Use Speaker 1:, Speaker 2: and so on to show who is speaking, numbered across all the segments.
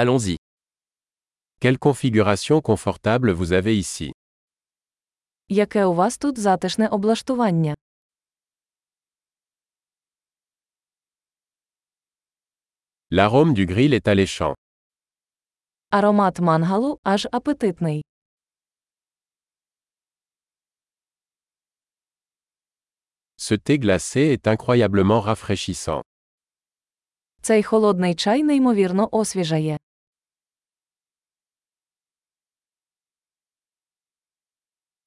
Speaker 1: Allons-y.
Speaker 2: Quelle configuration confortable vous avez ici.
Speaker 3: Яке у вас тут затишне облаштування?
Speaker 2: L'arôme du grill est alléchant.
Speaker 3: Аромат мангалу аж апетитний.
Speaker 2: Ce thé glacé est incroyablement rafraîchissant.
Speaker 3: Цей холодний чай неймовірно освіжає.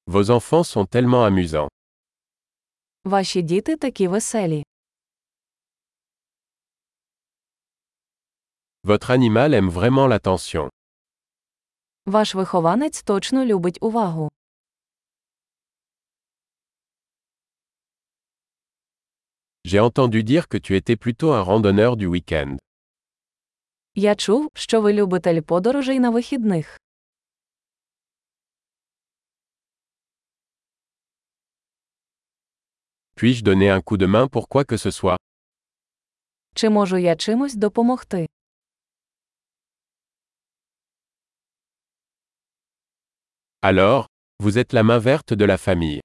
Speaker 2: Vos enfants sont tellement amusants.
Speaker 3: Ваші діти такі веселі.
Speaker 2: Votre animal aime vraiment l'attention.
Speaker 3: Ваш вихованець точно любить увагу.
Speaker 2: J'ai entendu dire que tu étais plutôt un randonneur du week-end.
Speaker 3: Я чув, що ви любитель подорожей на вихідних.
Speaker 2: Puis-je donner un coup de main pour quoi que ce soit
Speaker 3: Чи можу я чимось допомогти?
Speaker 2: Alors, vous êtes la main verte de la famille.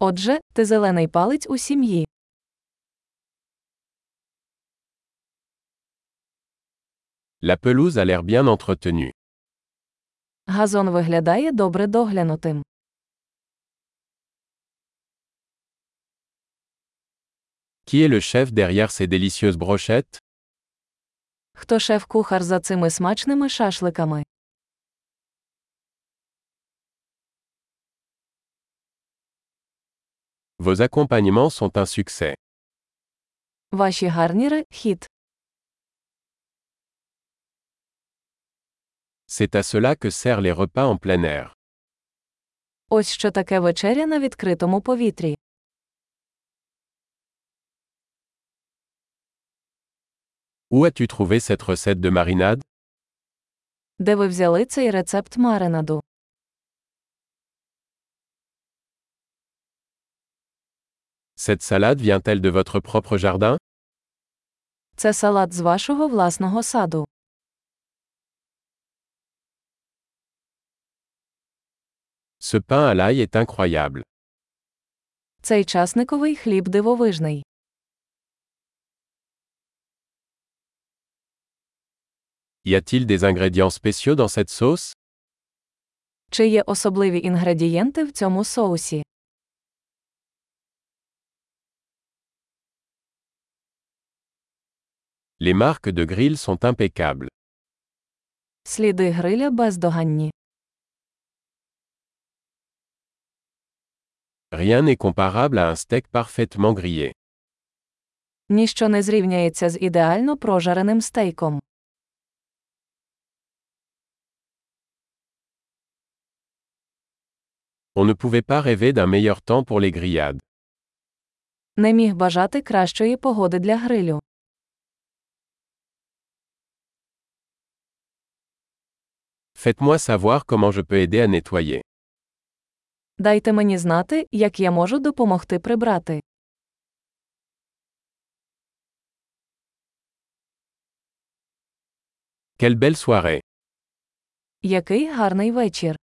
Speaker 3: Отже, ти зелений палець у сім'ї.
Speaker 2: La pelouse a l'air bien entretenue.
Speaker 3: Газон виглядає добре доглянутим.
Speaker 2: Qui est le chef derrière ces délicieuses brochettes
Speaker 3: Хто шеф-кухар за цими смачними шашликами?
Speaker 2: Vos accompagnements sont un succès.
Speaker 3: Ваші гарніри хіт.
Speaker 2: C'est à cela que servent les repas en plein air.
Speaker 3: Ось що таке вечеря на відкритому повітрі.
Speaker 2: Où as-tu trouvé cette recette de marinade
Speaker 3: Де ви взяли цей рецепт маринаду?
Speaker 2: Cette salade vient-elle de votre propre jardin
Speaker 3: Це салат з вашого власного саду.
Speaker 2: Ce pain à l'ail est incroyable.
Speaker 3: Цей часниковий хліб дивовижний.
Speaker 2: Y a-t-il des ingrédients spéciaux dans cette sauce
Speaker 3: Чи є особливі інгредієнти в цьому соусі?
Speaker 2: Les marques de grill sont impeccables.
Speaker 3: Сліди гриля бездоганні.
Speaker 2: Rien n'est comparable à un steak parfaitement grillé.
Speaker 3: Ніщо не зрівняється з ідеально прожареним стейком.
Speaker 2: On ne pouvait pas rêver d'un meilleur temps pour les grillades.
Speaker 3: Не міг бажати кращої погоди для грилю.
Speaker 2: Faites-moi savoir comment je peux aider à nettoyer.
Speaker 3: Дайте мені знати, як я можу допомогти прибрати.
Speaker 2: Quelle belle soirée
Speaker 3: Який гарний вечір.